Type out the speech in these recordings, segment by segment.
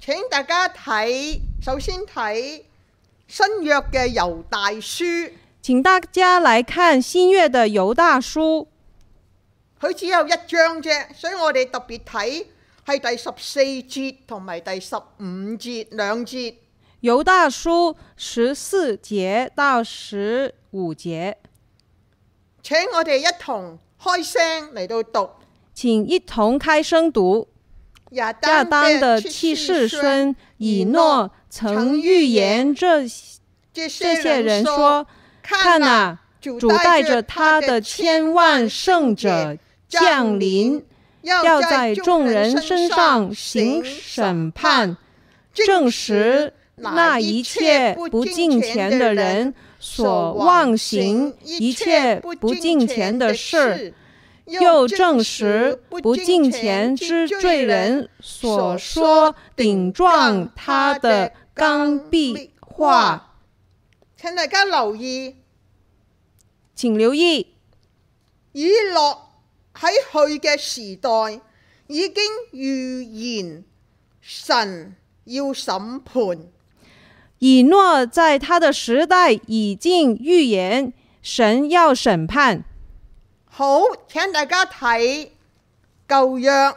請大家睇，首先睇新約嘅猶大書，请大家来看新月的犹大书，佢只有一章啫，所以我哋特別睇係第十四節同埋第十五節兩節。犹大书十四节到十五节，請我哋一同開聲嚟到讀。请一同开声读。亚亚當当的妻七室世孫，孙以诺曾预言这这这些些人人说说：“：“看看哪、哪、主主帶带着着他他的的千千萬万聖圣者者降降臨临，要要在在眾众人人身身上上行行審审判判，，證证實实那那一一切切不不敬敬虔虔的人的人所所妄妄行行一一切切不不敬敬虔虔的的事事，又又證证實实不不敬敬虔虔之之罪罪人人所所說说頂顶撞撞他他的的剛刚愎愎話话。請大家留意，请留意，以諾喺佢嘅時代已經預言神要審判。以诺在他的时代已经预言神要审判。好，請大家睇舊約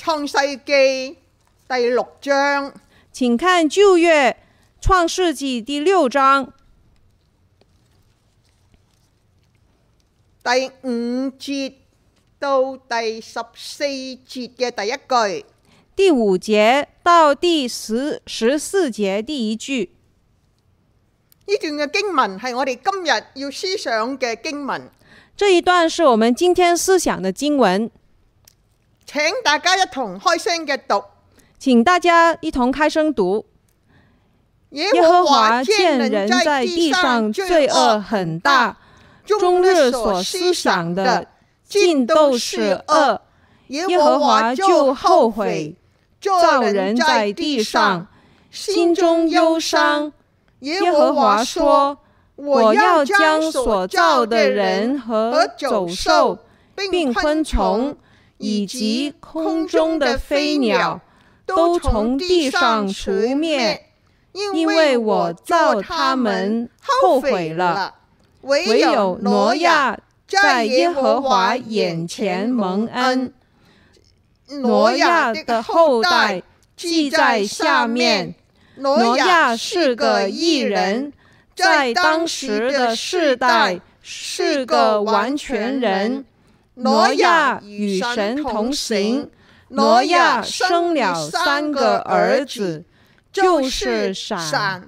創世記第六章，请看旧约创世纪第六章第五節到第十四節嘅第一句。第五节到第十十四节第一句。呢段嘅經文係我哋今日要思想嘅經文，这一段是我们今天思想的经文，請大家一同開聲嘅讀。请大家一同开声读。耶耶和和華华見见人人在在地地上上罪罪惡恶很很大大，，終终日日所所思思想想的的盡尽都都是是惡恶。耶耶和和華华就後就后悔悔造造人人在在地地上上，心心中中憂忧傷。伤。耶耶和和華华說：说：我我要要將将所所造造的的人人和和走走獸獸、並并昆昆蟲蟲，以以及及空空中中的的飛飛鳥鳥，都都從從地地上上除除滅滅，因因為为我我造造他他們们後后悔悔了了。唯唯有有挪挪亞亚在在耶耶和和華华眼眼前前蒙蒙恩挪恩。挪亞亚的的後后代代記记在在下下面面。挪挪亞亚是是個个義异人人，，在在當当時时的世的世代代是是個个完完全人全人。挪挪亞亞與與神神同行同行，挪挪亞亚生生了了三三個个兒儿子子，就是闪閃、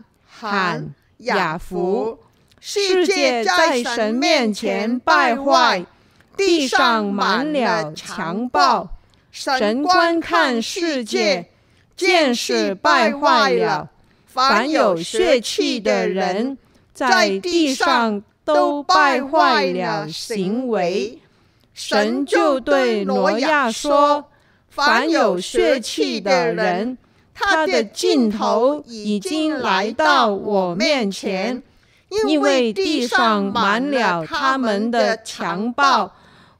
罕、雅雅弗弗。世界在神面前败坏，地地上上满满了了强强暴暴。神神观观看看世世界界，见见识识败败坏坏了了。凡凡有有血血气气的的人人，在在地地上上都都败败坏坏了了行为行为。神神就就对对挪挪亚亚说说：“凡凡有有血血气气的的人人，他他的的尽尽头头已已经经来来到到我我面面前前，因因为为地地上上满满了了他他们们的的强强暴暴，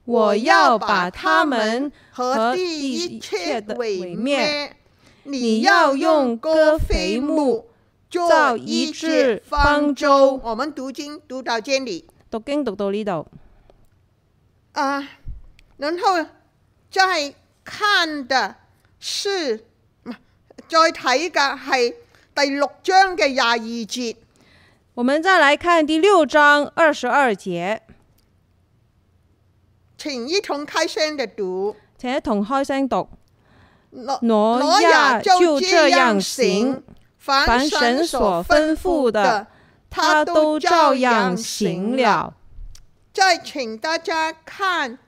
我我要要把把他他们们和和地地一一切切的的毁毁灭灭。你要用歌肥木做一只方舟。我们读经读到这里讀經讀到呢度，啊，然后再看的是，唔係再睇嘅係第六章嘅廿二節。我們再來看第六章二十二節，情一同開聲嘅讀，且同開聲讀。挪挪挪亞亞就就這這樣樣行行，凡凡神神所所吩吩咐咐的的，他他都都照照樣行樣行了了。再請大家看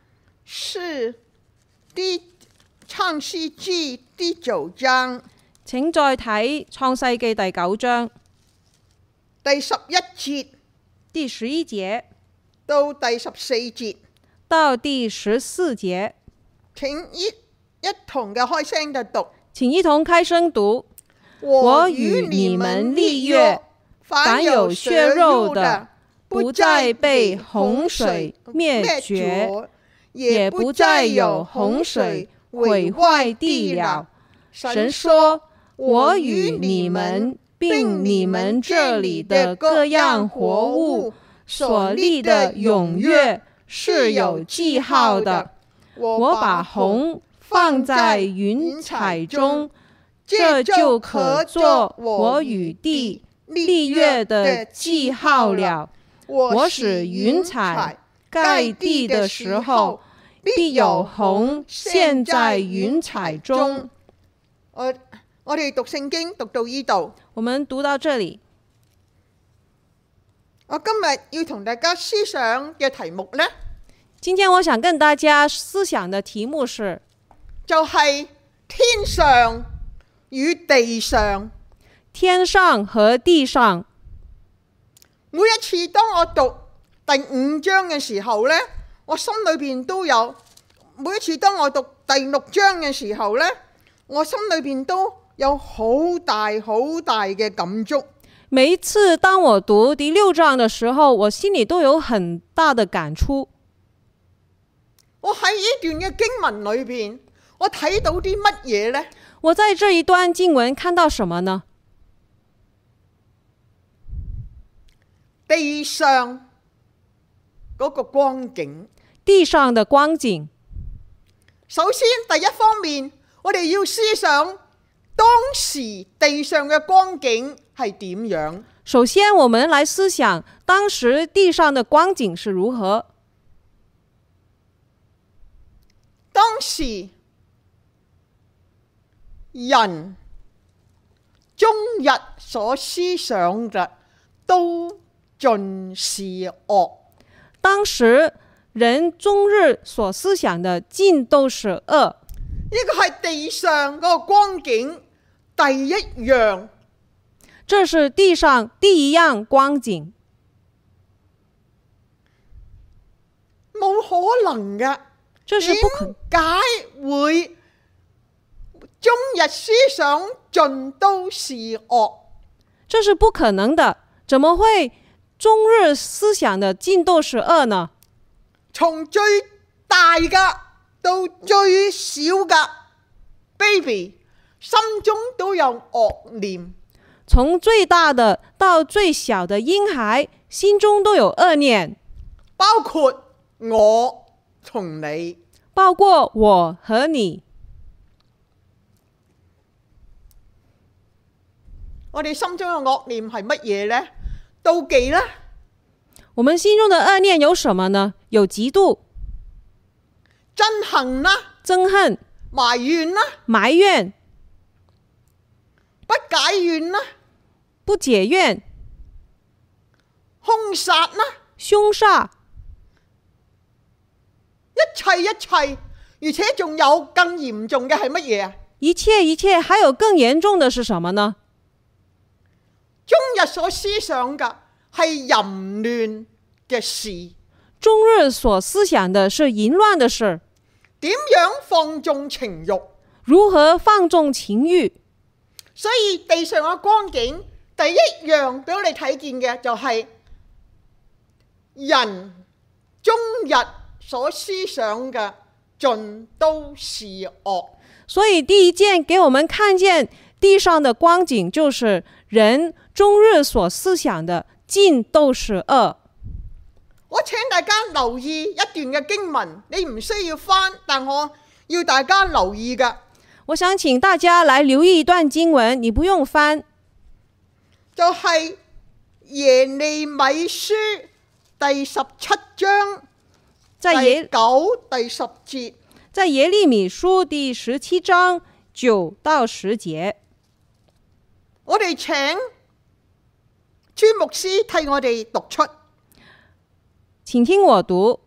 是第創世記第九章請再睇創世記第九章第十一節第十一節到第十四節，到第十四節，請一一同嘅開聲嘅讀。請一同開聲讀。我與你們立約，凡凡有血血肉肉的的，不不再再被被洪洪水水滅滅絕絕，也也不不再再有有洪洪水毀水毀壞壞地地了了。神神说：我与你们，并你们这里的各样活物所立的踊跃是有记号的。我把红放在云彩中，这就可做我与地立约的记号了。我使云彩盖地的时候，必有红现在云彩中。我我哋讀聖經讀到呢度，我们读到这里，我今日要同大家思想嘅題目呢，今天我想跟大家思想的题目是就係、天上與地上。天上和地上。每一次當我讀第五章嘅時候呢，我心裏邊都有；每一次當我讀第六章嘅時候呢，我心裏邊都有好大好大嘅感觸。每一次当我读第六章的时候，我心里都有很大的感触。我喺呢段嘅經文裏邊，我睇到啲乜嘢呢？我在这一段经文看到什么呢？地上嗰個光景。地上的光景。首先第一方面，我哋要思想當時地上嘅光景係點樣。首先，我们来思想当时地上的光景是如何。當時人終日所思想嘅都盡是惡，当时人终日所思想的尽都是恶，呢個係地上嗰個光景第一樣。这是地上第一样光景，冇可能嘅，这是不可點解會終日思想盡都是惡？这是不可能的，怎么会终日思想的尽都是恶呢？從最大嘅到最小嘅 baby 心中都有惡念，从最大的到最小的婴孩心中都有恶念，包括我同你。包括我和你。我哋心中嘅惡念係乜嘢呢？妒忌啦，我们心中的恶念有什么呢？有嫉妒、憎恨啦，憎恨、埋怨啦，埋怨、不解怨啦，不解怨、兇殺啦，凶煞，一切一切，而且仲有更嚴重嘅係乜嘢啊？一切一切，还有更严重的是什么呢？終日所思想嘅係淫亂嘅事。终日所思想的是淫乱的事，點樣放縱情慾？如何放纵情欲？所以地上嘅光景，第一樣俾我哋睇見嘅就係人終日所思想嘅盡都是惡。所以第一件给我们看见地上的光景，就是人终日所思想的尽都是恶。我請大家留意一段嘅經文，你唔需要翻，但我要大家留意嘅我想请大家来留意一段经文，你不用翻，就係、耶利米書第十七章在第耶九、第十節。在耶利米书第十七章九到十节，我哋請朱牧師替我哋讀出。请听我读：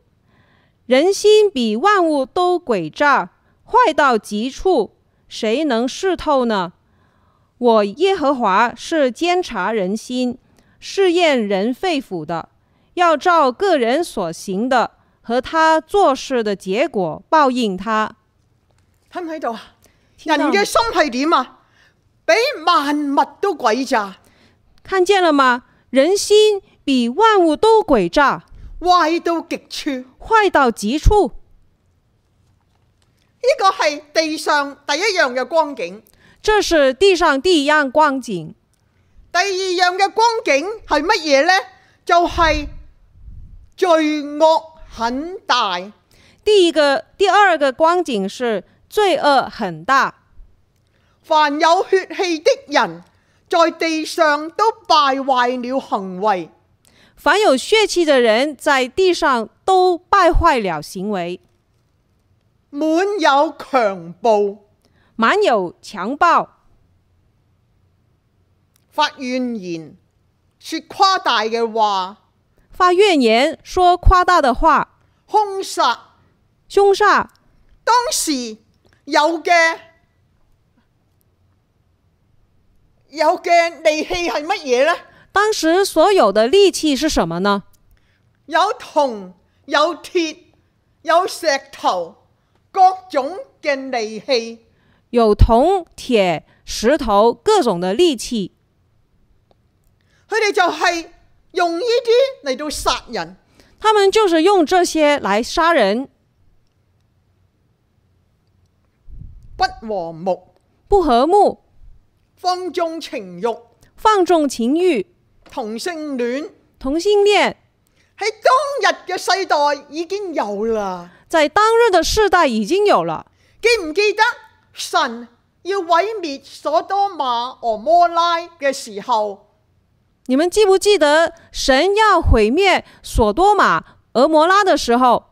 人心比万物都诡诈，坏到极处，谁能试透呢？我耶和华是监察人心、试验人肺腑的，要照个人所行的和他做事的结果报应他。睇唔睇到啊？听人到嘅心係點啊？比萬物都鬼詐，看见了吗？人心比万物都诡诈，壞到極處。呢、坏到极处。個係地上第一樣嘅光景。这是地上第一样光景。第二樣嘅光景係乜嘢呢？就係、罪惡很大。第一个、第二个光景是罪恶很大，凡有血氣的人，在地上都敗壞了行為。凡有血气的人在地上都败坏了行为，滿有強暴，满有强暴、發怨言，說誇大嘅話，发怨言、说夸大的话、兇殺。凶煞。當時有嘅有嘅利器係乜嘢呢？当时所有的利器是什么呢？有銅、有鐵、有石頭，各種嘅利器。有铜、铁、石头各种的利器，佢哋就係用呢啲嚟到殺人。他们就是用这些来杀人。不和睦、不和睦、放縱情慾、放纵情欲、同性戀同性恋，喺當日嘅世代已經有啦。在当日的世代已经有了。記唔記得神要毀滅所多瑪俄摩拉嘅時候，你们记不记得神要毁灭索多玛、俄摩拉的时候，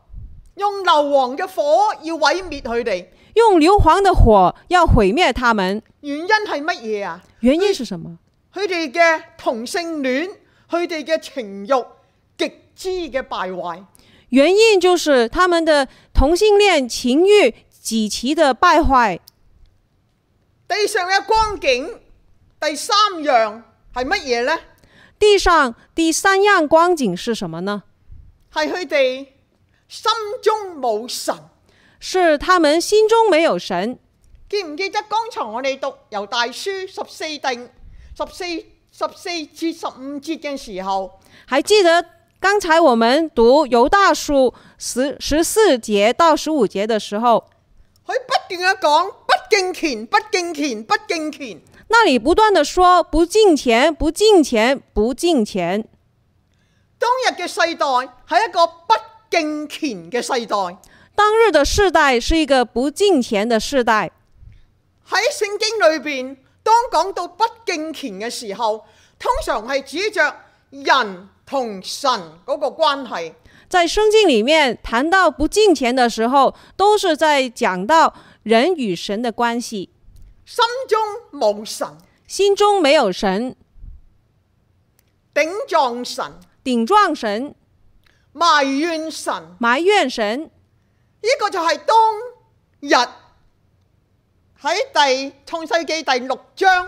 用硫磺嘅火要毀滅佢哋？用硫磺的火要毁灭他们？原因係乜嘢啊？原因是什么？佢哋嘅同性戀，佢哋嘅情慾極之嘅敗壞。原因就是他们的同性恋情欲极其的败坏。地上嘅光景，第三樣係乜嘢呢？地上第三样光景是什么呢？係佢哋心中冇神。是他们心中沒有神。記唔記得剛才我哋讀由大書十四定十四十四至十五節嘅時候，还记得刚才我们读犹大书十十四节到十五节的时候，佢不斷嘅講不敬虔、不敬虔、不敬虔。那里不断的说不敬钱，不敬钱，不敬钱。當日嘅世代係一個不敬虔嘅世代。当日的世代是一个不敬钱的世代。喺聖經裏邊，當講到不敬虔嘅時候，通常係指着人同神嗰個關係。在圣经里面谈到不敬钱的时候，都是在讲到人与神的关系，心中冇神，心中没有神，頂撞神，顶撞神，埋怨神，呢、埋怨神。個就係當日喺第創世記第六章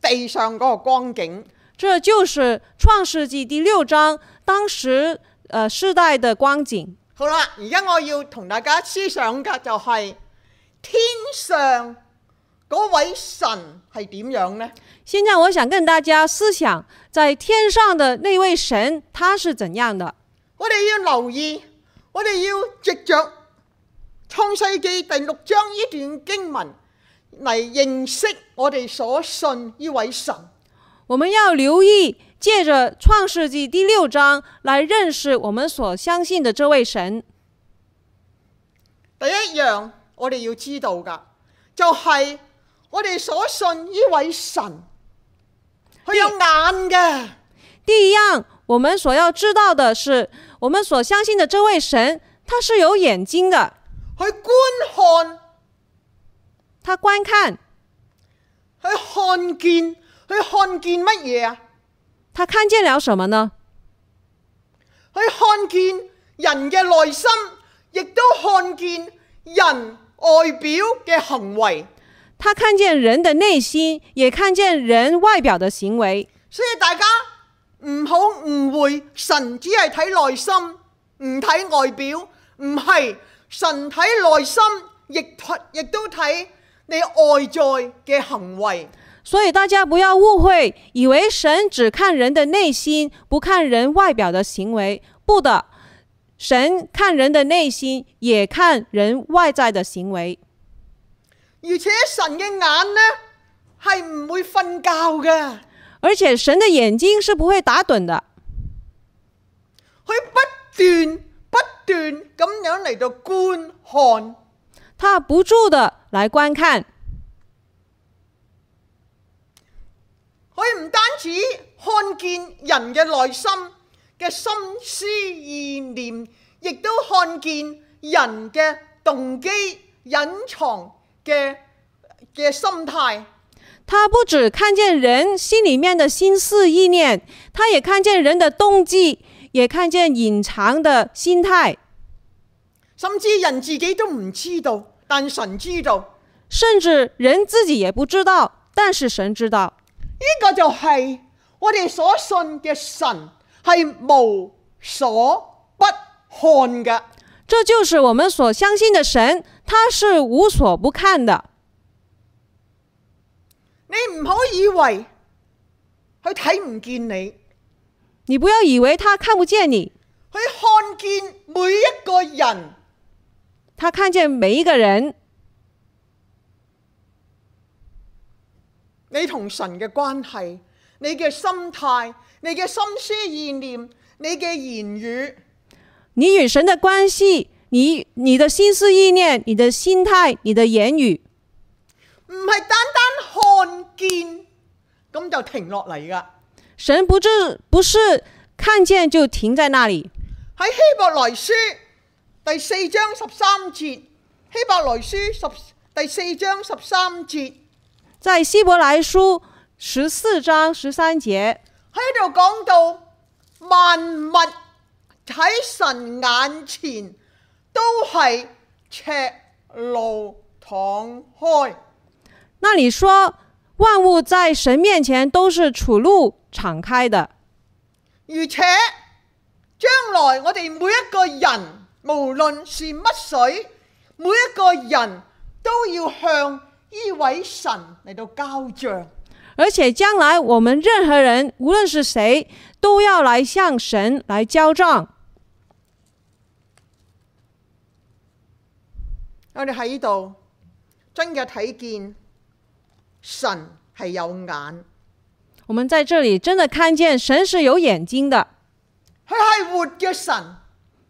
地上嗰個光景。这就是创世纪第六章当时呃世代的光景。好啦，而家我要同大家思想嘅就係、天上嗰位神係點樣呢？现在我想跟大家思想，在天上的那位神他是怎样的？我哋要留意，我哋要藉着創世記第六章呢段經文嚟認識我哋所信呢位神。我们要留意，借着创世纪第六章来认识我们所相信的这位神。第一樣我哋要知道嘅就係、我哋所信呢位神，佢有眼嘅，第一样，我们所要知道的是，我们所相信的这位神，他是有眼睛的，佢觀看。他观看，佢看見，佢看見乜嘢啊？他看见了什么呢？佢看見人嘅內心，亦都看見人外表嘅行為。他看见人的内心，也看见人外表的行为。所以大家唔好誤會，神只係睇內心，唔睇外表，唔係神睇內心，亦睇亦都睇你外在嘅行為。所以大家不要误会，以为神只看人的内心，不看人外表的行为。不的，神看人的内心，也看人外在的行为。而且神嘅眼呢，瞓覺嘅，而且神的眼睛是不会打盹的，佢不斷不斷咁樣嚟到觀看。他不住的来观看，佢唔單止看見人嘅內心嘅心思意念，亦都看見人嘅動機隱藏嘅嘅心態。他不只看见人心里面的心思意念，他也看见人的动机，也看见隐藏的心态，甚至人自己都唔知道，但神知道。呢、甚至人自己也不知道，但是神知道。個就係我哋所信嘅神係無所不看嘅。这就是我们所相信的神，他是无所不看的。你唔好以為佢睇唔見你，你不要以为他看不见你，佢看見每一個人，他看见每一个人，你同神嘅關係，你嘅心態，你嘅心思意念，你嘅言語。你与神的关系，你你的心思意念、你的心态、你的言语，唔係單單看見咁就停落嚟噶。神不是不是看见就停在那里。喺希伯來書第四章十三節，希伯來書十第四章十三節在希伯来书十四章十三节，喺度講到萬物喺神眼前都係赤露敞開。那里说万物在神面前都是处露敞开的，而且將來我哋每一個人，無論是乜水，每一個人都要向呢位神嚟到交賬。而且将来我们任何人，无论是谁，都要来向神来交账。我哋喺度真嘅睇見神係有眼，我们在这里真的看见神是有眼睛的，佢係活嘅神，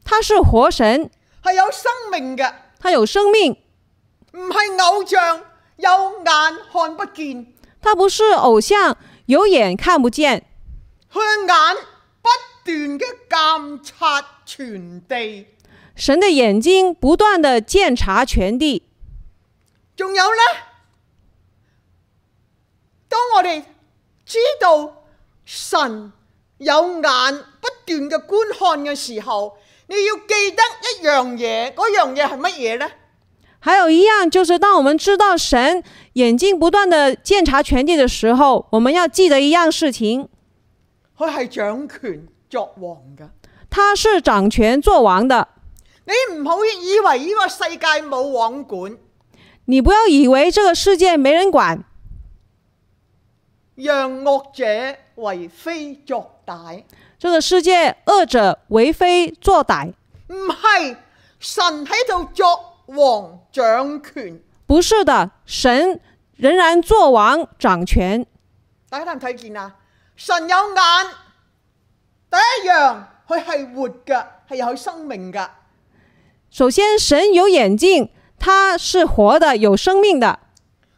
他是活神，係有生命嘅，他有生命，唔係偶像，有眼看不見。他不是偶像，有眼看不见，佢眼不斷嘅監察全地，神的眼睛不断的鉴察全地。仲有呢，當我哋知道神有眼不斷嘅觀看嘅時候，你要記得一樣嘢，嗰樣嘢係乜嘢呢？还有一样就是，当我们知道神眼睛不断的鉴察全地的时候，我们要记得一样事情，佢係掌權作王嘅。他是掌权作王的。你唔好以為呢個世界冇王管，你不要以为这个世界没人管，讓惡者為非作歹。这个世界恶者为非作歹，唔係神喺度作王掌權，不是的，神仍然作王掌权。大家睇唔睇見啊？神有眼，第一樣佢係活嘅，係有生命嘅。首先，神有眼睛，他是活的，有生命的。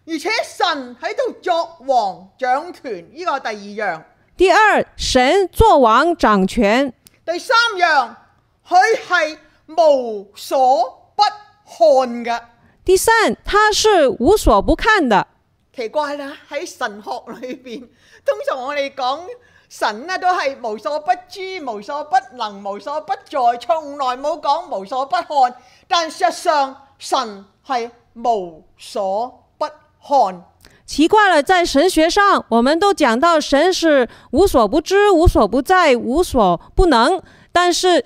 而且神喺度作王掌權，呢、個係第二樣。第二，神作王掌权。第三樣佢係無所不看嘅。第三，他是无所不看的。 奇怪啦，喺神學裏邊，通常我哋講神咧都係無所不知、無所不能、無所不在，從來冇講無所不看。但事實上，神係無所不看。奇怪了，在神学上，我们都讲到神是无所不知、无所不在、无所不能，但是，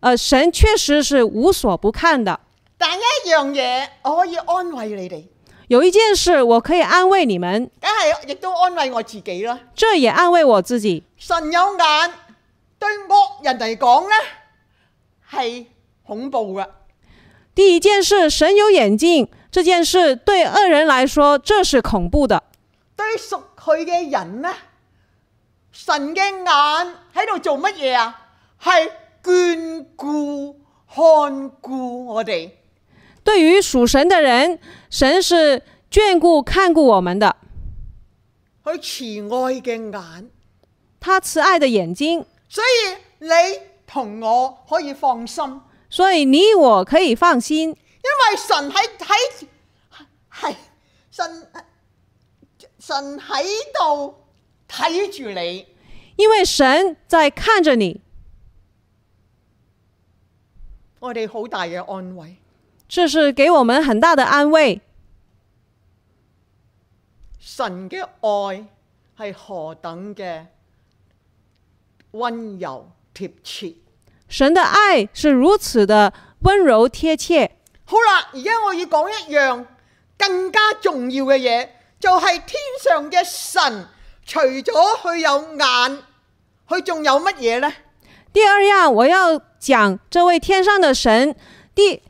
呃，神确实是无所不看的。但一樣嘢，我可以安慰你哋，有一件事我可以安慰你们，梗係亦都安慰我自己啦。这也安慰我自己。神有眼，對惡人嚟講呢，係恐怖嘅。第一件事，神有眼睛，这件事对恶人来说这是恐怖的。第對屬佢嘅人呢，神嘅眼喺度做乜嘢啊？係眷顧、看顧我哋。对于属神的人，神是眷顾看顾我们的，佢慈愛嘅眼，他慈爱的眼睛，所以你同我可以放心，因所以你我可以放心，為神喺喺係神神喺度睇住你，因为神在看着你，我哋好大嘅安慰。这是给我们很大的安慰。神嘅愛係何等嘅温柔貼切。神的爱是如此的温柔贴切。好啦，而家我要講一樣更加重要嘅嘢，就係、天上嘅神，除咗佢有眼，佢仲有乜嘢呢？第二样，我要讲这位天上的神，第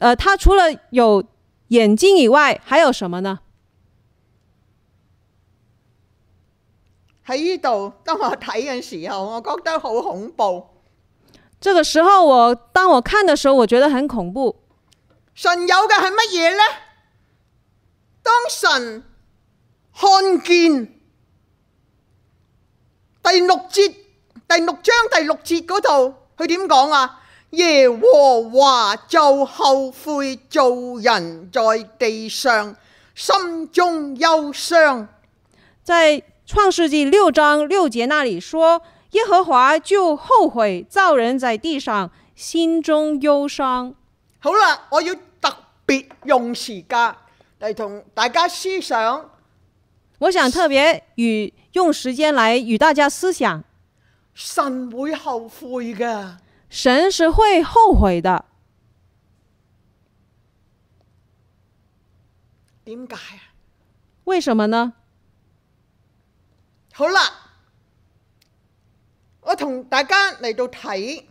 呃，他除了有眼睛以外，还有什么呢？喺呢度，當我睇嘅時候，我覺得好恐怖。这个时候我，当我看的时候，我觉得很恐怖。神有嘅係乜嘢呢？當神看見第六節第六章第六節嗰度，佢點講啊？耶和華就後悔做人在地上，心中憂傷。在创世纪六章六节那里说，耶和华就后悔造人在地上，心中忧伤。好啦，我要特別用時間嚟同大家思想我想特别与用时间来与大家思想，神會後悔嘅。神是会后悔的。點解啊？为什么呢？好啦，我同大家嚟到睇，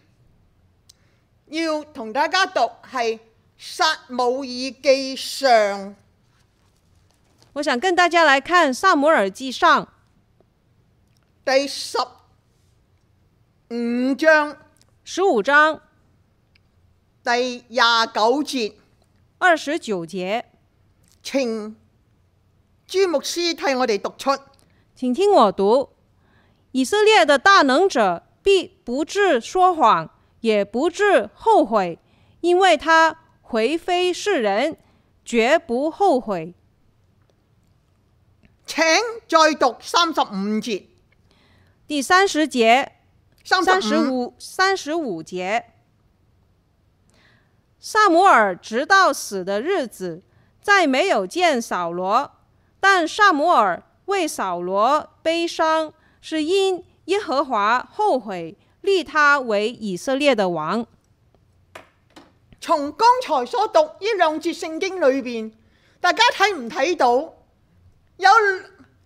要同大家讀係《撒姆耳記上》我想跟大家来看《萨姆耳记上》第十五章十五章第廿九節。二十九节，請朱牧師替我哋讀出。请听我读：以色列的大能者必不至说谎，也不至后悔，因为他回非是人，绝不后悔。請再讀三十五節、第三十节，三三十十五、五三十五节，萨姆尔直到死的日子，再没有见扫罗，但萨姆尔为扫罗悲伤，是因耶和华后悔立他为以色列的王。從剛才所讀呢兩節聖經裏邊，大家睇唔睇到有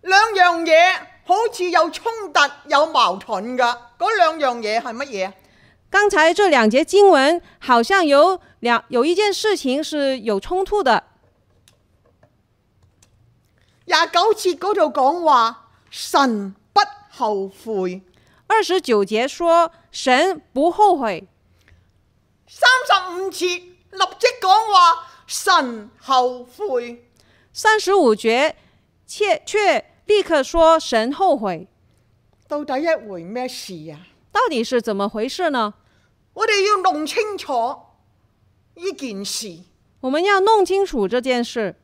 兩樣嘢好似有衝突、有矛盾㗎？嗰兩樣嘢係乜嘢？刚才这两节经文好像有两有一件事情是有冲突的，廿九節嗰度講話神不後悔，二十九节说神不后悔，三十五節立即講話神後悔。三十五节却却立刻说神后悔，到底一回咩事啊？到底是怎么回事呢？我哋要弄清楚呢件事。我们要弄清楚这件事。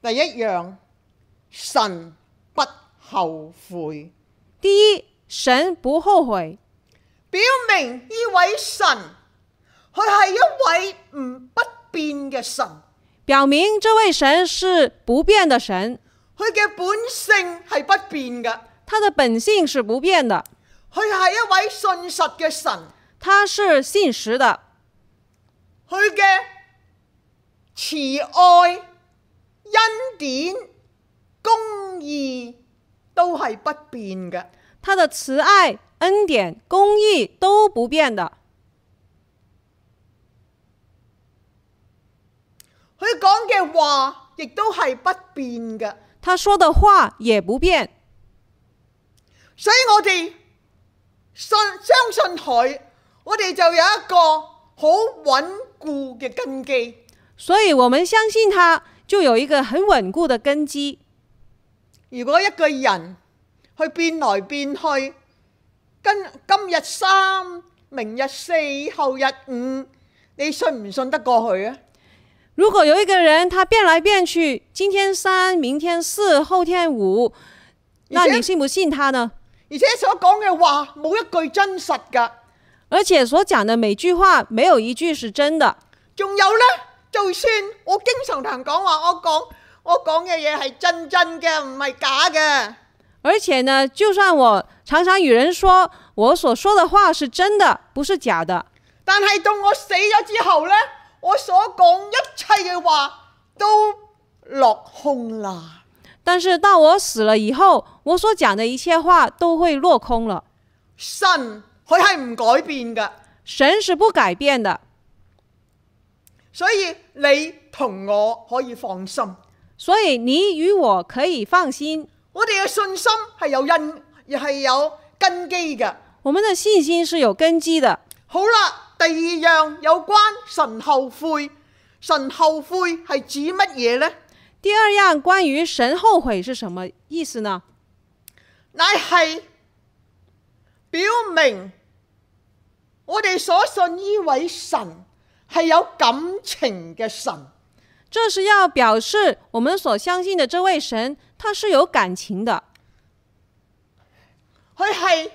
第一樣，神不後悔，第一，神不后悔，表明呢位神佢係一位唔不變嘅神，表明这位神是不变的神，佢嘅本性係不變嘅，他的本性是不变的，佢係一位信實嘅神，他是信实的，佢嘅慈愛、恩典、公義都係不變嘅。他的慈爱、恩典、公义都不变的。嘅話亦都係不變嘅，他说的话也不变。所以我哋信相信佢，我哋就有一個好穩固嘅根基。所以我们相信他，就有一个很稳固的根基。如果一個人去變來變去，跟今日三，明日四，後日五，你信唔信得過佢啊？如果有一个人他变来变去，今天三，明天四，后天五，那而且你信不信他呢？而且所講嘅話冇一句真實㗎。而且所讲的每句话没有一句是真的。仲有呢，就算我經常同人講話，我講我講嘅嘢係真真嘅，唔係假嘅。而且呢，就算我常常与人说我所说的话是真的，不是假的，但係到我死咗之後呢，我所講一切嘅話都落空啦。但是到我死了以后，我所讲的一切话都会落空了。神佢係唔改變嘅，神是不改变的，所以你同我可以放心。所以你与我可以放心，我哋嘅信心係有因，亦係有根基嘅。我们的信心是有根基的。好啦，第二樣有關神後悔，神後悔係指乜嘢呢？第二样，关于神后悔是什么意思呢？乃係表明我哋所信呢位神係有感情嘅神，这是要表示我们所相信的这位神，他是有感情的，佢係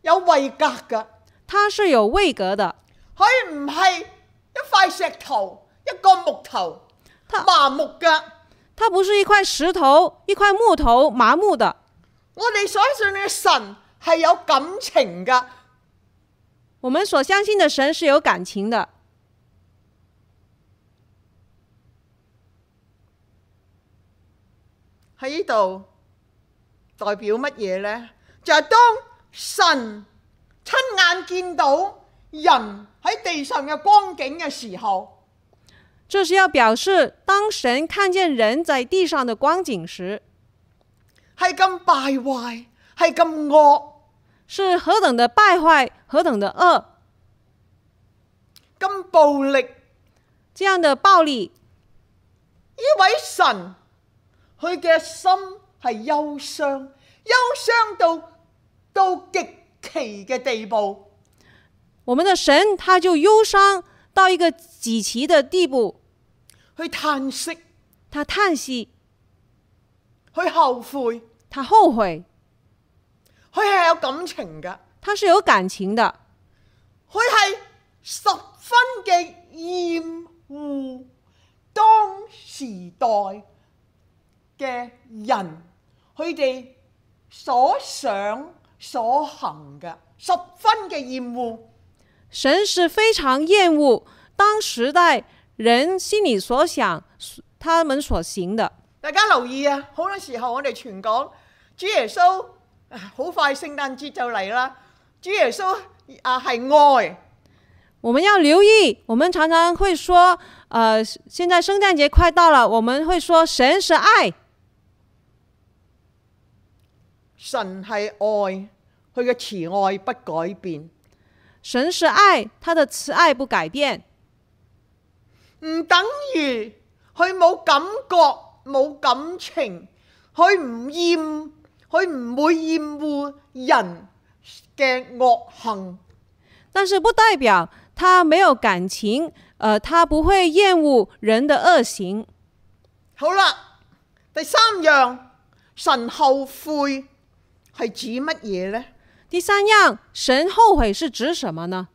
有位格嘅，他是有位格的，佢唔係一塊石頭、一個木頭他麻木嘅。他不是一块石头、一块木头麻木的。我哋所信嘅神係有感情嘅，我们所相信的神是有感情的，喺呢度代表乜嘢呢？就係、當神親眼見到人喺地上嘅光景嘅時候，这是要表示当神看见人在地上的光景时，係咁敗壞，係咁惡，是何等的败坏，何等的恶，咁暴力。呢这样的暴力。位神佢嘅心係憂傷，憂傷到到極其嘅地步。我们的神他就忧伤到一个极其的地步，佢嘆息，他叹息，佢後悔，他后悔，佢係有感情㗎。他是有感情的，佢係十分嘅厭惡當時代嘅人，佢哋所想所行嘅，十分嘅厭惡。神是非常厌恶当时代人心里所想，他们所行的。大家留意啊！好多時候我哋全講主耶穌，啊好快聖誕節就嚟啦。主耶穌啊係愛，我们要留意，我们常常会说，呃，现在圣诞节快到了，我们会说神是爱，神係愛，佢嘅慈愛不改變。神是爱，他的慈爱不改变，唔等於佢冇感覺、冇感情，佢唔厭，佢唔會厭惡人嘅惡行。但是不代表他没有感情，呃，他不会厌恶人的恶行。好啦，第三樣，神後悔係指乜嘢呢？第三样，神后悔是指什么呢？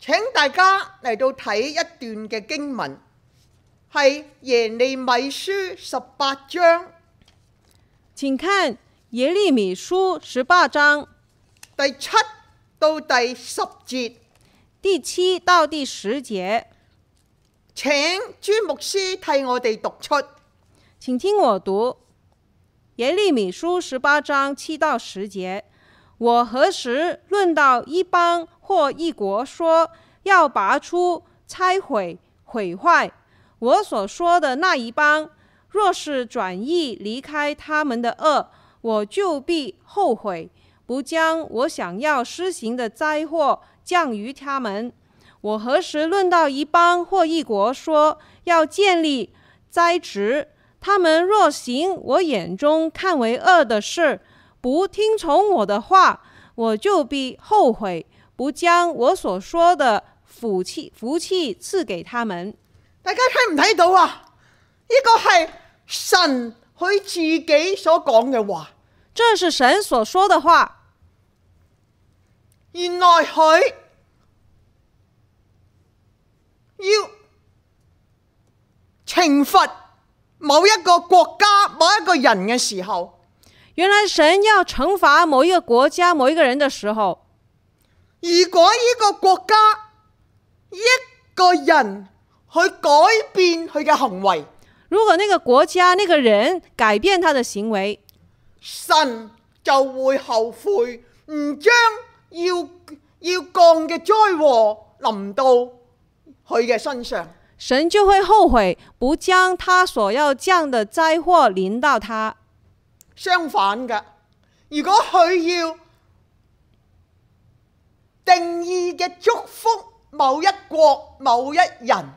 請大家嚟到睇一段嘅經文，係耶利米書十八章请看耶利米书十八章第七到第十節。第七到第十节，請朱牧師替我哋讀出。请听我读。耶利米书十八章七到十节：我何时论到一邦或一国说要拔出、拆毁、毁坏。我所说的那一帮，若是转意离开他们的恶，我就必后悔，不将我想要施行的灾祸降于他们。我何时论到一邦或一国说要建立灾职？他们若行我眼中看为恶的事，不听从我的话，我就必后悔，不将我所说的福气福气赐给他们。大家睇唔睇到啊？呢個係神佢自己所講嘅話，这是神所说的话。原來佢要懲罰某一個國家、某一個人嘅時候，原来神要惩罚某一个国家、某一个人的时候，如果呢個國家一個人去改變佢嘅行為，如果那个国家、那个人改变他的行为，神就會後悔，唔將要要降嘅災禍臨到佢嘅身上。神就会后悔，不将他所要降的灾祸临到他。相反嘅，如果佢要定義嘅祝福某一國、某一人，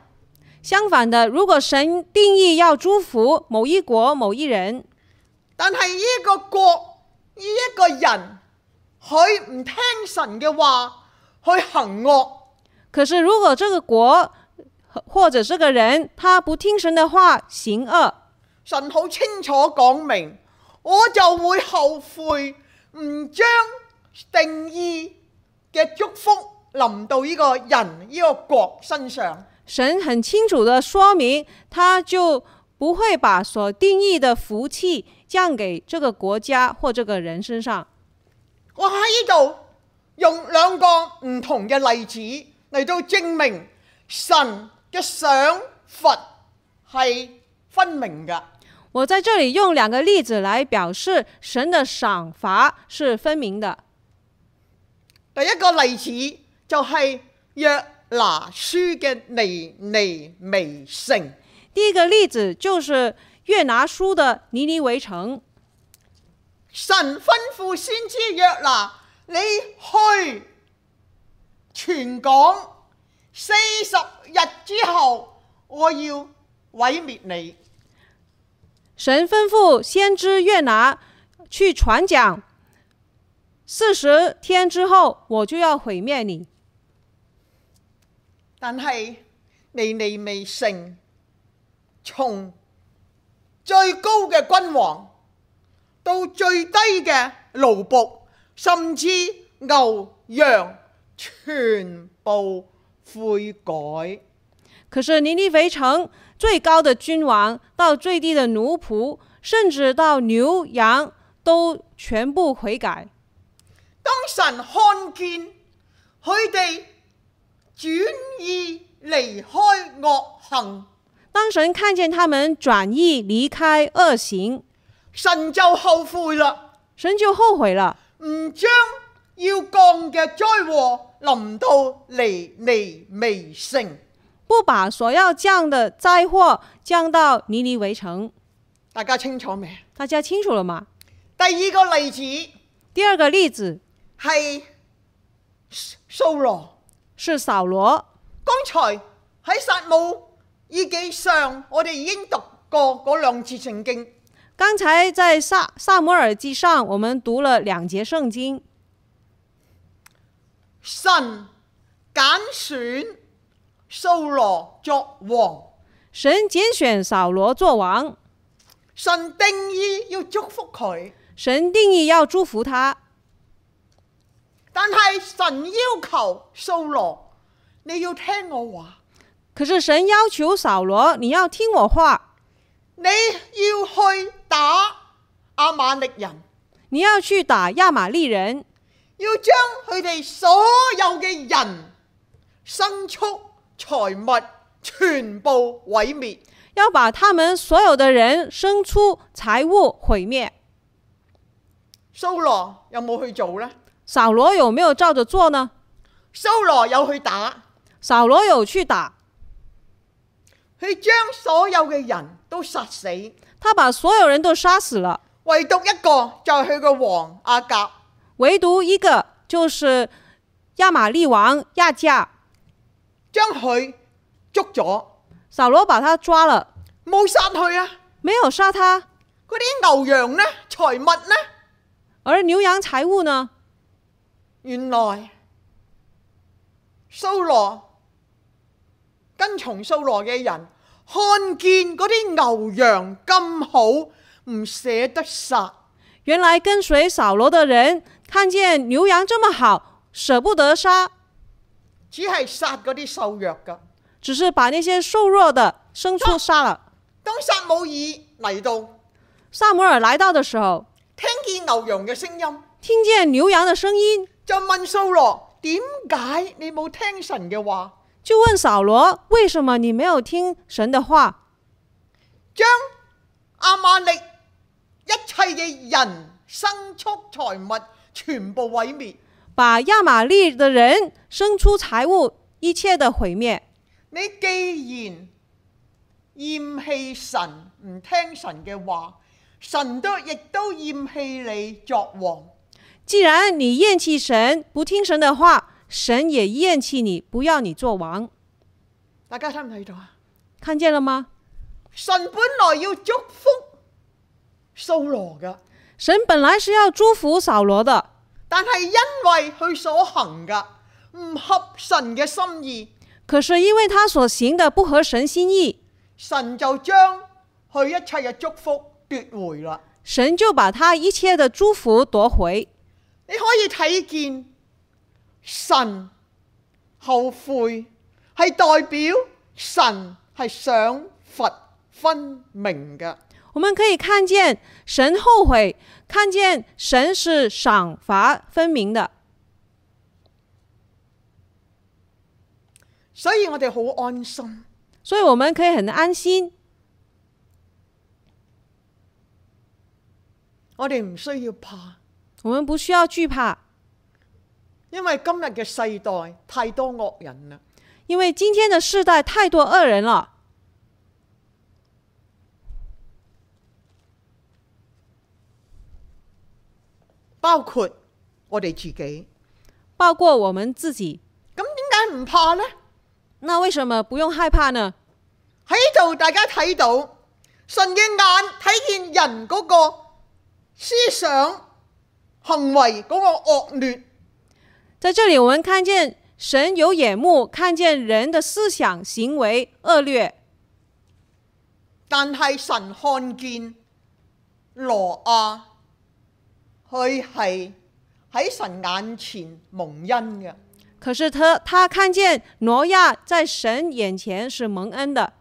相反的，如果神定义要祝福某一国、某一人，但係呢個國、呢、一個人，佢唔聽神嘅話，去行惡，可是如果这个国和或者这个人他不听神的话行恶，神好清楚講明，我就會後悔，唔將定義嘅祝福臨到呢個人、呢、個國身上。神很清楚的说明，他就不会把所定义的福气降给这个国家或这个人身上。我喺呢度用兩個唔同嘅例子嚟到證明神嘅想法係分明嘅。我在这里用两个例子来表示神的赏罚是分明的。第一個例子就係約拿書嘅尼尼微城，第一个例子就是越拿书的尼尼围城，神吩咐先知約拿，你去全港四十日之後，我要毀滅你。神吩咐先知越拿去传讲，四十天之后我就要毁灭你。但係尼尼微城從最高嘅君王到最低嘅奴仆，甚至牛羊，全部悔改。可是尼尼微城最高的君王到最低的奴仆，甚至到牛羊，都全部悔改。當神看見佢哋轉意離開惡行，当神看见他们转意离开恶行，神就後悔啦，神就后悔了，唔將要降嘅災禍臨到尼尼微城。不把所要降的灾祸降到尼尼围城。大家清楚未？大家清楚了吗？第二個例子第二个例子係掃羅。是扫罗。剛才喺撒姆耳記上，我哋已經讀過嗰兩節聖經。刚才在萨萨摩尔记上，我们读了两节圣经，神揀選掃羅作王，神拣选扫罗做王，神定義要祝福佢，神定义要祝福他，但係神要求掃羅，你要聽我話，可是神要求扫罗，你要听我话，你要去打亞瑪力人，你要去打亚玛利人，要將佢哋所有嘅人、牲畜、財物全部毀滅。要把他们所有的人、牲畜、财物毁灭。蘇羅有冇去做呢？扫罗有没有照着做呢？蘇羅有去打，扫罗有去打，佢將所有嘅人都殺死，唯他把所有人都杀死了，獨一個就係佢個王阿甲。唯独一个就是亚玛利王亚甲，將佢捉咗，扫罗把他抓了，冇殺佢啊！没有杀他，嗰啲牛羊呢，財物呢，而牛羊财物呢？原來蘇羅跟從蘇羅嘅人看見嗰啲牛羊咁好，唔捨得殺，原来跟随扫罗的人看见牛羊这么好，舍不得杀，只係殺嗰啲瘦弱㗎。只是把那些瘦弱的牲畜杀了。當撒姆耳嚟到，萨摩尔来到的时候，聽見牛羊嘅聲音，听见牛羊的声音，就問蘇羅：點解你冇聽神嘅話？就问扫罗：“为什么你没有听神的话，將亞瑪力一切嘅人、牲畜、財物全部毀滅。把亚玛利的人生出财物一切的毁灭？你既然厭棄神，唔聽神嘅話，神都亦都厭棄你作王。既然你厌弃神，不听神的话，神也厌弃你，不要你做王。大家睇唔睇到啊？看见了吗？神本來要祝福掃羅噶，神本来是要祝福扫罗的，但係因為佢所行噶唔合神嘅心意，可是因为他所行的不合神心意，神就將佢一切嘅祝福奪回啦。神就把他一切的祝福夺回。你可以睇見神後悔係代表神係想罰分明嘅。我们可以看见神后悔，看见神是赏罚分明的，所以我哋好安心。所以我们可以很安心，我哋唔需要怕，我们不需要惧怕，因為今日嘅世代太多惡人啦。因为今天的世代太多恶人了。包括我哋自己。咁包括我们自己。點解唔怕呢？那为什么不用害怕呢？喺度大家睇到神嘅眼睇見人嗰個思想行為嗰個惡劣，在这里，我们看见神有眼目，看见人的思想、行为恶劣，但係神看見羅亞，佢係喺神眼前蒙恩嘅。可是他他看见挪亚在神眼前是蒙恩的。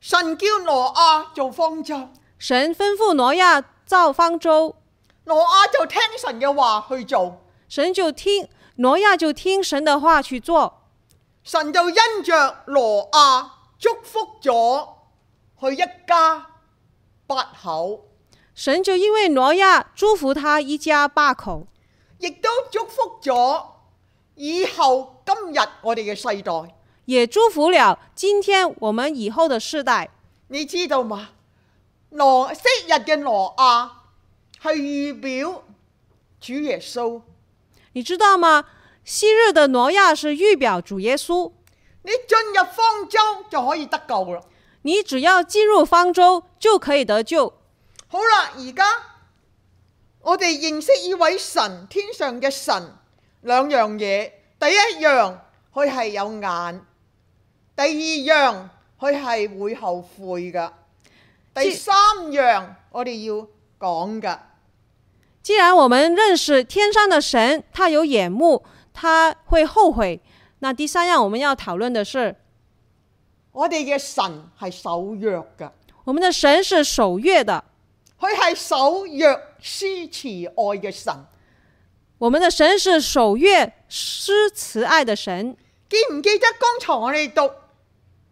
神叫羅亞做方舟，神吩咐挪亚造方舟，羅亞就聽神嘅話去做。神就听挪亚就听神的话去做。神就因着羅亞祝福咗佢一家八口，神就因为挪亚祝福他一家八口，亦都祝福咗以後今日我哋嘅世代。也祝福了今天我们以后的世代。你知道嘛？羅昔日嘅羅亞係預表主耶穌。你知道吗？昔日的挪亚是预表主耶稣，你進入方舟就可以得救啦。你只要进入方舟就可以得救。好啦，而家我哋認識呢位神，天上嘅神，兩樣嘢。第一樣佢係有眼，第二樣佢係會後悔噶。第即三樣我哋要講噶，既然我们认识天上的神，他有眼目，他会后悔。那第三样我们要讨论的是，我哋嘅神係守約噶，我们的神是守约的，佢係守約施慈愛嘅神。我们的神是守约施慈爱的神。記唔記得剛才我哋讀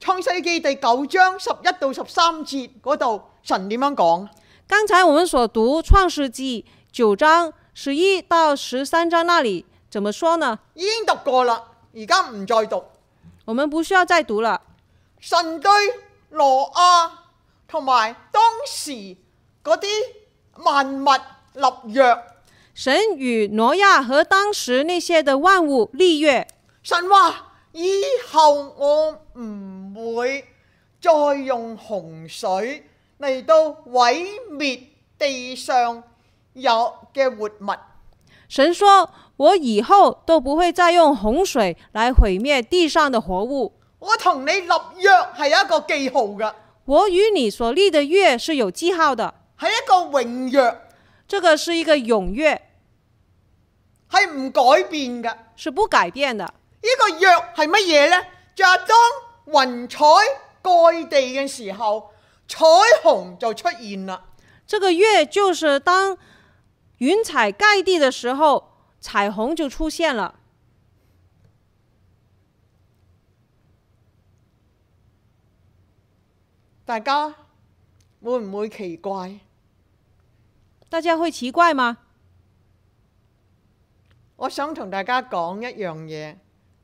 創世記第九章十一到十三節嗰度，神點樣講？刚才我们所读《创世纪》九章十一到十三章那里怎么说呢？已經讀過啦，而家唔再讀。我们不需要再读了。神對羅亞同埋當時嗰啲萬物立約。神与挪亚和当时那些的万物立约。神話以後我唔會再用洪水嚟到毀滅地上有嘅活物。神说：“我以后都不会再用洪水来毁灭地上的活物。我同你立約係一個記號㗎，我与你所立的约是有记号的，係一個永約，这个是一个永约，係唔改變㗎。是不改变的。呢個約係乜嘢呢？就係、當雲彩蓋地嘅時候，彩虹就出現啦。这个月就是当云彩盖地的时候，彩虹就出现了。大家會唔會奇怪？大家会奇怪吗？我想同大家講一樣嘢。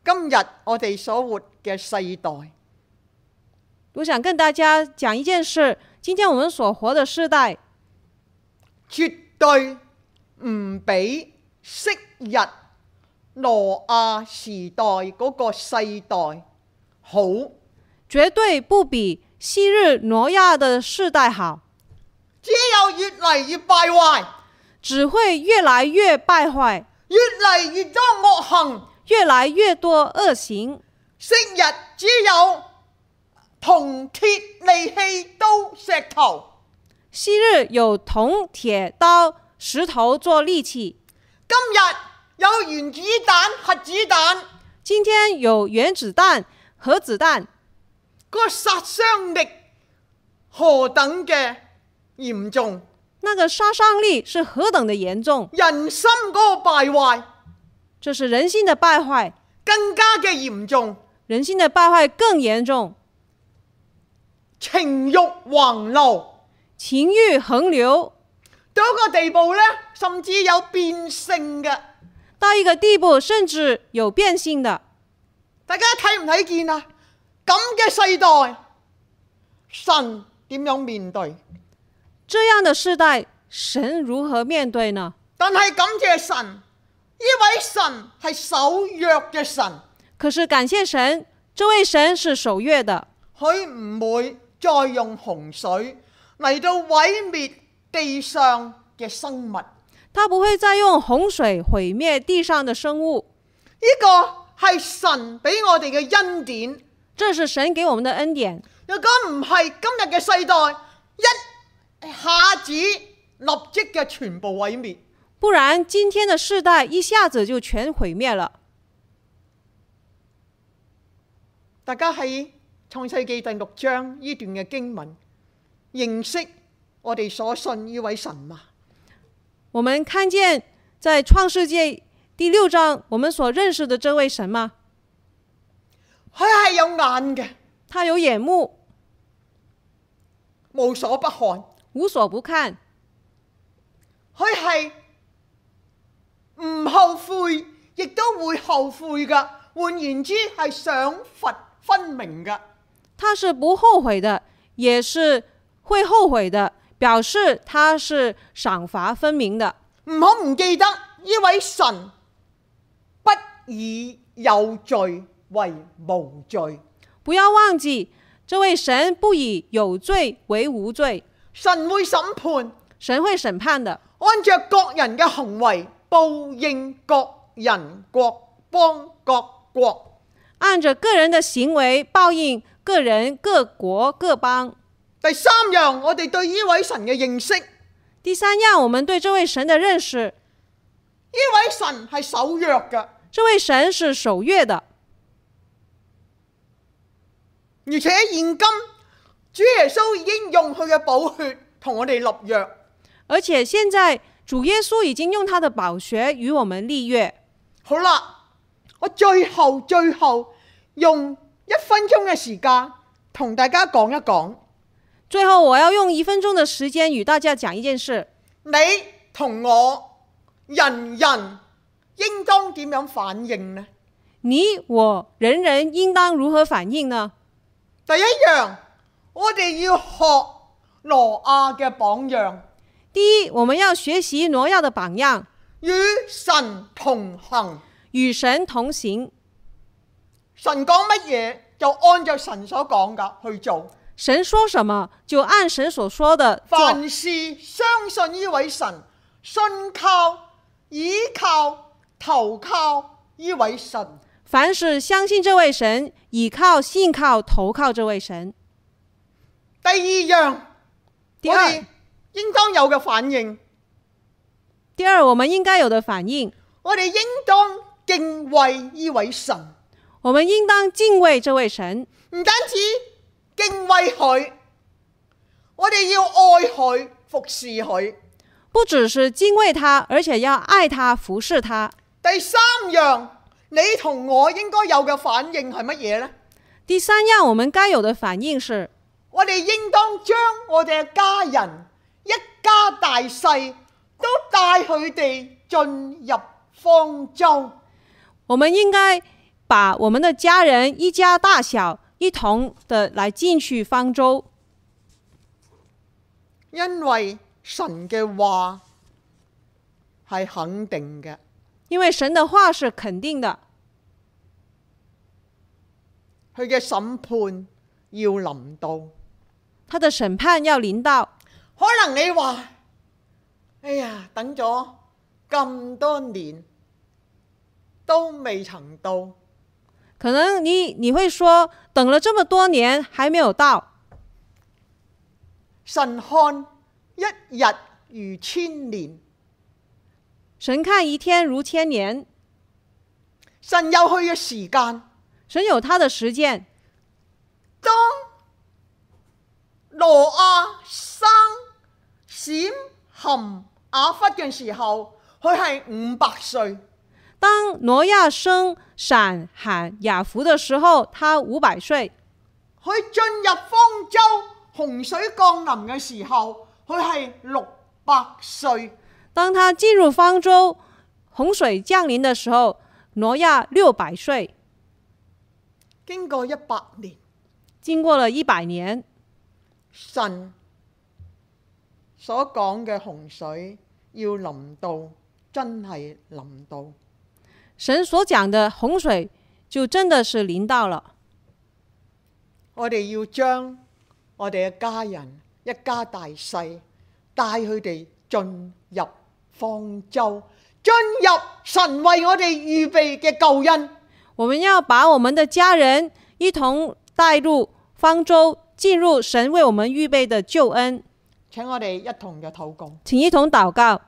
今日我哋所活嘅世代，我想跟大家讲一件事：今天我们所活的世代，絕對唔比昔日羅亞時代嗰個世代好。绝对不比昔日挪亚的世代好，只有越嚟越敗壞，只会越来越败坏，越嚟越多惡行。越来越多恶行。昔日只有銅鐵利器刀石頭，昔日有铜、铁、刀、石头做利器，今日有原子彈、核子彈，今天有原子弹、核子弹，個殺傷力何等嘅嚴重，那个杀伤力是何等的严重！人心嗰個敗壞这是人性的败坏，更加嘅嚴重，人性的败坏更严重，情慾橫流。情欲横流到一個地步呢，甚至有變性嘅。到一个地步，甚至有变性的。大家睇唔睇見啊？咁嘅世代，神點樣面對？这样的世代，神如何面对呢？但係感謝神，呢位神係守約嘅神，可是感谢神，这位神是守约的，佢唔會再用洪水嚟到毀滅地上嘅生物。他不会再用洪水毁灭地上的生物。呢個係神俾我哋嘅恩典。这是神给我们的恩典。若果唔係今日嘅世代，一下子立即嘅全部毀滅。不然，今天的世代一下子就全毁灭了。大家喺創世記第六章呢段嘅經文，認識我哋所信呢位神嘛？我们看见在创世界第六章，我们所认识的这位神吗？佢係有眼嘅，他有眼目，無所不看。无所不看，佢係唔後悔，亦都會後悔噶。換言之，係想佛分明噶。他是不后悔的，也是会后悔的，表示他是赏罚分明的。唔好唔記得呢位神不以有罪為無罪，不要忘记，这位神不以有罪为无罪，神會審判，神会审判的，按着各人嘅行為報應各人各邦各國。按着个人的行为报应个人、各国、各邦。第三樣，我哋對呢位神嘅認識，呢第三样，我们对这位神的认识，位神係守約嘅，这位神是守约的，而且現今主耶穌已經用佢嘅寶血同我哋立約。而且现在主耶稣已经用他的宝血与我们立约。好啦，我最後最後用一分鐘嘅時間同大家講一講，最后，我要用一分钟的时间与大家讲一件事：你同我人人應當點樣反應呢？你我人人应当如何反应呢？第一樣，我哋要學挪亞嘅榜樣，第一，我们要学习挪亚的榜样，與神同行。与神同行。神講乜嘢就按照神所講嘅去做。神说什么，就按神所说的做。凡事相信呢位神，信靠、倚靠、投靠呢位神。凡事相信这位神，倚靠、信靠、投靠这位神。第二樣，第我二哋應當有嘅反應，第二，我们应该有的反应，我哋應當敬畏呢位神，我们应当敬畏这位神，唔單止敬畏佢，我哋要愛佢、服侍佢。不只是敬畏他，而且要爱他、服侍他。第三樣，你同我應該有嘅反應係乜嘢呢？第三样，我们该有的反应是，我哋應當將我哋嘅家人一家大細都帶佢哋進入方舟。我们应该把我们的家人一家大小一同的来进去方舟，因為神嘅話係肯定嘅，因为神的话是肯定的，佢嘅審判要臨到。他的审判要临到。可能你話：哎呀，等咗咁多年都未曾到，可能你你会说，等了这么多年还没有到，神看一日如千年，神看一天如千年，神有佢嘅時間。神有他的时间。當羅亞生閃含雅弗嘅時候，佢係五百歲。当挪亚生闪、喊、雅福的时候，他五百岁；佢進入方舟洪水降臨嘅時候，佢係六百歲。当他进入方舟，洪水降临的时候，挪亚六百岁。經過一百年，经过了一百年，神所講嘅洪水要臨到，真係臨到。神所讲的洪水就真的是临到了。我哋要將我哋嘅家人一家大細帶佢哋進入方舟，進入神為我哋預備嘅救恩。我们要把我们的家人一同带入方舟，进入神为我们预备的救恩。請我哋一同嘅禱告。请一同祷告，